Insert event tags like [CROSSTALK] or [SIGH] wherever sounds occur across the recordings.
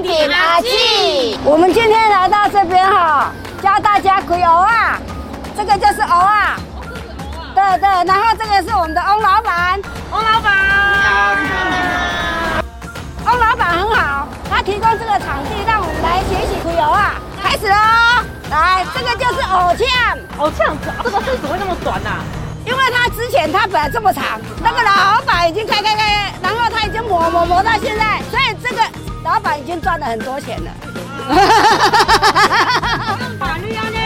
啊个就是欧啊，对对，然后这个是我们的翁老板，翁老板，你好，翁老板很好，他提供这个场地让我们来学习旅游啊，开始喽，来，这个就是偶像，哦，这样子，这个是怎么会那么短呐、因为他之前他本来这么长，那个老板已经开开开，然后他已经磨磨磨到现在，所以这个老板已经赚了很多钱了。 [LAUGHS] 法律安尼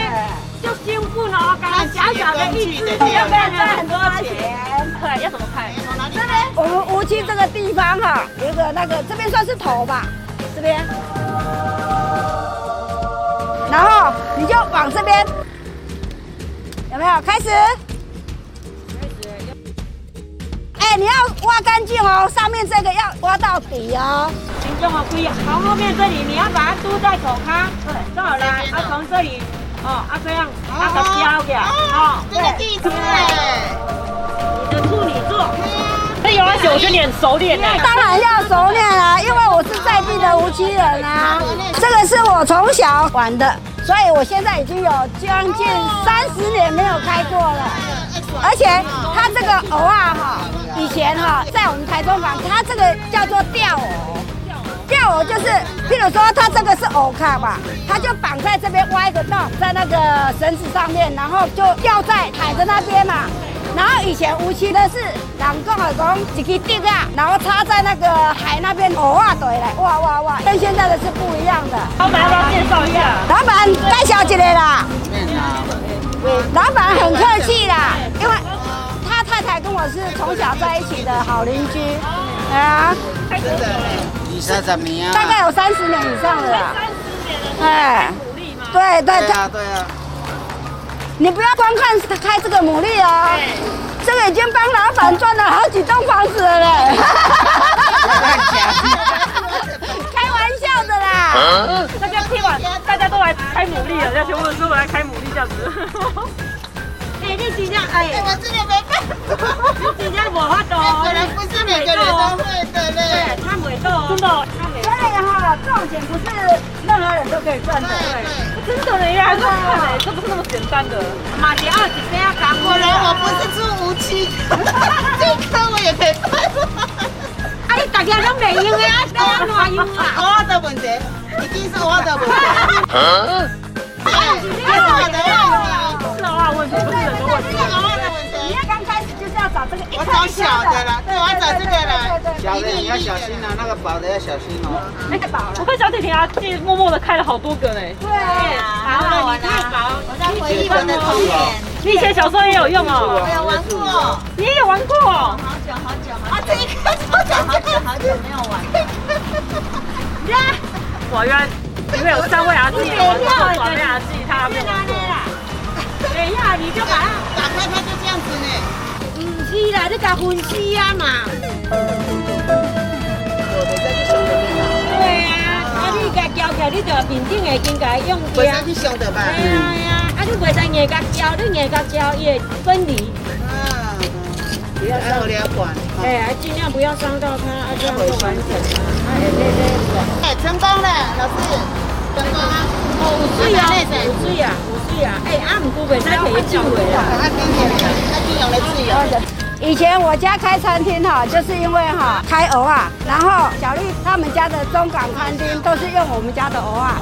就兴奋哦，刚刚小小的一只，要不要赚很多钱？快要怎么拍？我们无锡这个地方哈、有一个那个这边算是头吧，这边，然后你就往这边，有没有？开始。哎，你要挖干净哦，上面这个要挖到底哦。民众好注意，从后面这里你要把它嘟在手卡，正好来，啊从这里，哦啊这样，啊给削掉，哦，这个地图哎，你的处女座，哎，有而且我觉得你很熟练呢。当然要熟练啦、因为我是在地的无锡人啊。这个是我从小玩的，所以我现在已经有将近三十年没有开过了。而且它这个偶啊哈，以前哈、在我们台中港，它这个叫做吊偶。吊偶就是，譬如说它这个是偶卡吧，它就绑在这边挖一个洞，在那个绳子上面，然后就吊在海的那边哦嘛。然后以前无锡的是人讲的讲一支钉啊，然后插在那个海那边偶啊对来，哇哇哇，跟现在的是不一样的。老板要不要介绍一下？老板介绍一个啦。啊老板很客气啦，因为他太太跟我是从小在一起的好邻居，哎呀，你是怎么啊样？大概有三十年以上了啦。哎，对对对对，呀啊对呀，你不要光看开这个牡蛎哦，这个已经帮老板赚了好几栋房子了嘞。开玩笑的啦。大家听完，大家都来开牡蛎了，要全部都来开牡蛎这样子。哎你尽量哎，我这个没办法，你尽量无法度，可能不是每个人都会的嘞。他没到，真的哦，所以哈，这种钱不是任何人都可以赚的。真的耶，还是看哎，这不是那么简单的。马杰二十岁要干果然我不是住无锡，这科我也没办法。啊你大家都没用的，啊都要乱用啊，我的问题，一定是我的问题。哎，是我的问题，是偶尔问题，不是很多问题。是我的问你题。要刚开始就是要找这个一我颗找一小颗的啦，对，我找这个啦。小的你要小心啊，那个宝的要小心哦。那个宝我了。看小铁婷啊，自己默默的开了好多个呢。对啊，好好玩啊，我在回忆我的童年，你以前小时候也有用哦，我有玩过。你也有玩过哦。啊，这一个好久好久好久没有玩。哇，原来里面有三位阿弟，我宝贝阿弟他没有玩过。等一下你就把它。打开它就这样子呢。唔是啦，你甲分尸啊嘛。对啊，啊你甲交交，你就面顶的应该用袂掉。使去上着吧？哎呀，啊你袂使硬甲交，你硬甲交伊会分离。啊，不要上了管。哎呀，尽量不要伤到它，啊这样就完整了。哎，成功了，老师。成功啊！哦，有水啊，有水啊，有水啊。哎，啊唔过袂使摕去煮的啦。啊，今年的，啊，今年的自由。以前我家开餐厅哈，就是因为哈开鹅啊，然后小丽他们家的中港餐厅都是用我们家的鹅啊。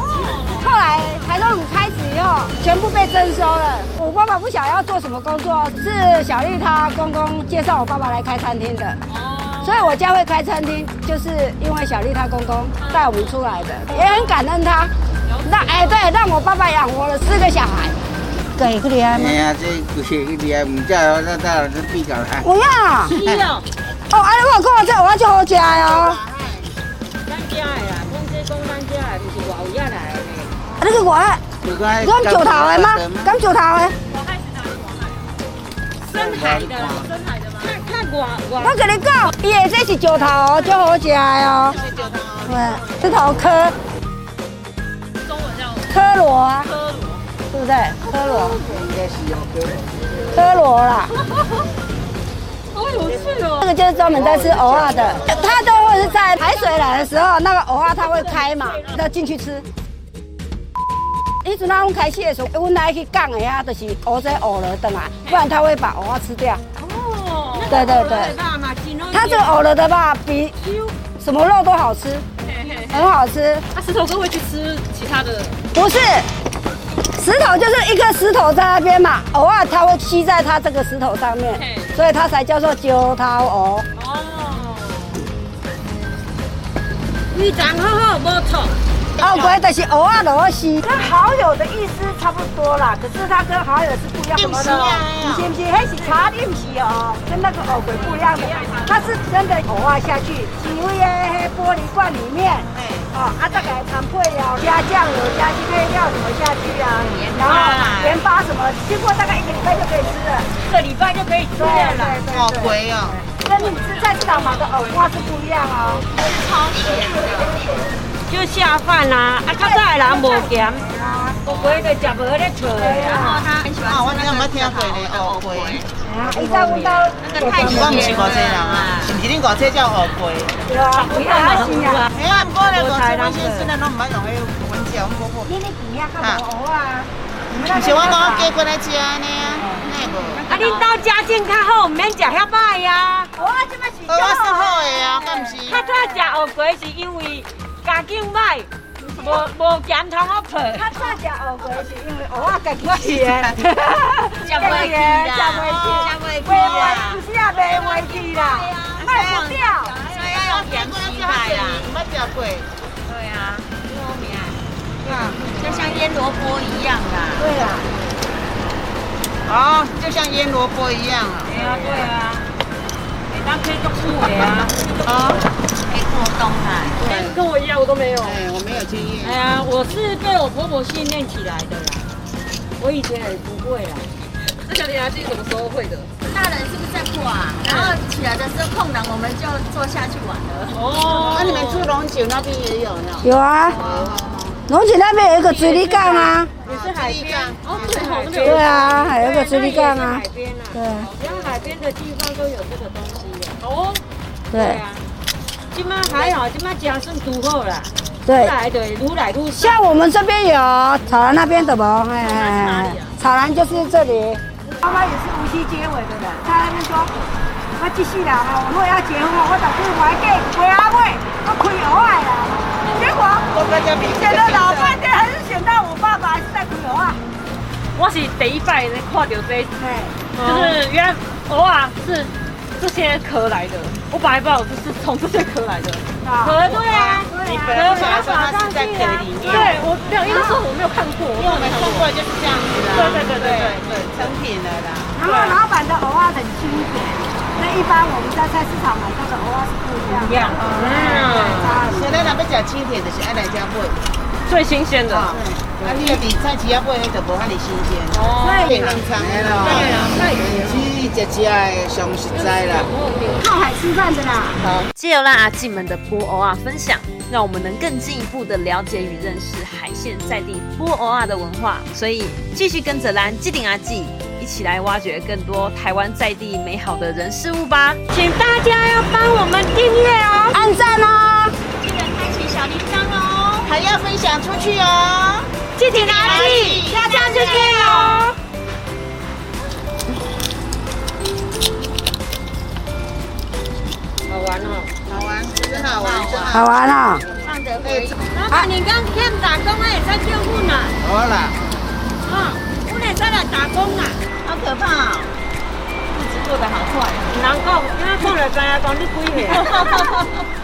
后来台中开始以后，全部被征收了。我爸爸不晓得要做什么工作，是小丽她公公介绍我爸爸来开餐厅的。所以我家会开餐厅，就是因为小丽她公公带我们出来的，也很感恩她，让哎对，让我爸爸养活了四个小孩，给个脸吗哎？呀，这鬼个你啊，唔知哦，那到这闭搞啦。我要。是哦，啊哦，安尼我讲这我就好食哦。咱家的啦，讲这讲咱家的，不是外有遐来的呢。啊，你去外海，你讲哎敢石头的吗？敢石头的？深海的啦，深海的吗？看看我我。我跟你讲，伊的这是石头哦，就好食的哦。对，石头科。科罗啊，对不对？科罗，科罗啦，好有趣哦。这个就是专门在吃蚵仔的，它都会是在海水来的时候，那个蚵仔它会开嘛，要进去吃。一直那阮开始的时候，阮来去讲的啊，就是蚵仔蚵了等啊，不然它会把蚵仔吃掉。哦，对对对它这个蚵了的吧，比什么肉都好吃，很好吃。那石头哥会去吃其他的，不是，石头就是一个石头在那边嘛，偶尔它会吸在它这个石头上面嘿，所以它才叫做揪涛蚵。鱼长好好，无错。啊，乖，但是偶尔都会吸。跟好友的意思差不多啦，可是它跟好友是不一样对什不么起的啊哦，你信不信？那是茶对不起哦，跟那个藕鬼不一样的，它是真的藕啊下去，几位的黑玻璃罐里面，哦啊大概掺配料，加酱油、加去配料什么下去啊，然后盐巴什么，经过大概一个礼拜就可以吃了，一个礼拜就可以吃了啦。好回哦，跟你是在市场买的藕花是不一样哦，超甜的，就下饭啦、啊，啊，较早的人无咸，不会就食无咧错啊，啊，我真正毋捌听过咧，后悔。一再问到我毋是五车人啊，是毋是恁五车叫后悔？不要买是啊，哎呀，毋过咧，五车阮先生咱拢毋捌用迄阮食，阮婆婆。你咧边啊，较无蚵啊，毋是我拢过过来食安尼啊，奈无？啊，你到家境较好，毋免食遐歹啊，蚵啊，即摆是哦，我说好诶啊，敢毋是？较早食蚵粿是因为家境歹，无无咸通好配。较早食蚵粿是因为蚵仔家己饲的，食袂起啦，食袂起，袂坏，不是啊，袂坏去啦，卖不掉。所以要用盐鸡排啦，毋捌食过。对啦，哦，就像腌萝卜一样啊。对啊，对啊。会当去读书的啊，哦，跟我一样，我都没有。哎，我没有经验。哎呀，我是被我婆婆训练起来的啦，我以前也不会啦。那小林牙记什么时候会的？大人是不是在哭啊？然后起来的时候空档，我们就坐下去玩了。哦，那你们住龙井那边也有呢？有啊，龙井那边有一个水利杠啊，也是海边。哦，对对啊，还有一个水利杠啊海，边啊，对只要海边的地方都有这个东西啊的。哦，对啊，今麦还好，今麦家算拄好啦，愈对。来对，愈来愈少。像我们这边有草兰那边的不？哎哎哎，草啊兰就是这里。妈妈也是无息结尾的啦，她那边说，我继续啦，哈，我若要结婚，我打算怀给鬼阿妹，我开啊有爱啦。结果我跟家明选了老半天，还是选到我啊爸爸，还是在鬼有爱。我是第一拜看到这一集，哎，就是原来偶尔是这些壳来的，我本来不知道就是从这些壳来的。可对啊，你本来不晓得它是在壳里面，对，我没有，因为那时候我没有看过，因为我们送过来就是这样子对啦。对对对对对，成品了啦。啊然后老板的偶尔很清楚，那一般我们在菜市场买到的偶尔是不一样的。嗯，现在咱要食青甜，就是爱来家买。最新鲜的。啊，啊，你若伫菜市啊买，迄就无遐尼新鲜。哦，冷藏的咯。去食食的上实在啦。借由让阿进们的波欧啊分享，让我们能更进一步的了解与认识海鲜在地波欧啊的文化。所以继续跟着蓝基顶阿记一起来挖掘更多台湾在地美好的人事物吧。请大家要帮我们订阅哦，按赞哦，还要分享出去哦。记得拿力，下次再见哦。好玩，真好玩，真好好玩。玩哦。老板，你刚欠打工，我也在救护呢。好啦，啊，我也在来打工啊。好可怕哦。难讲，因为讲来知影讲你几岁。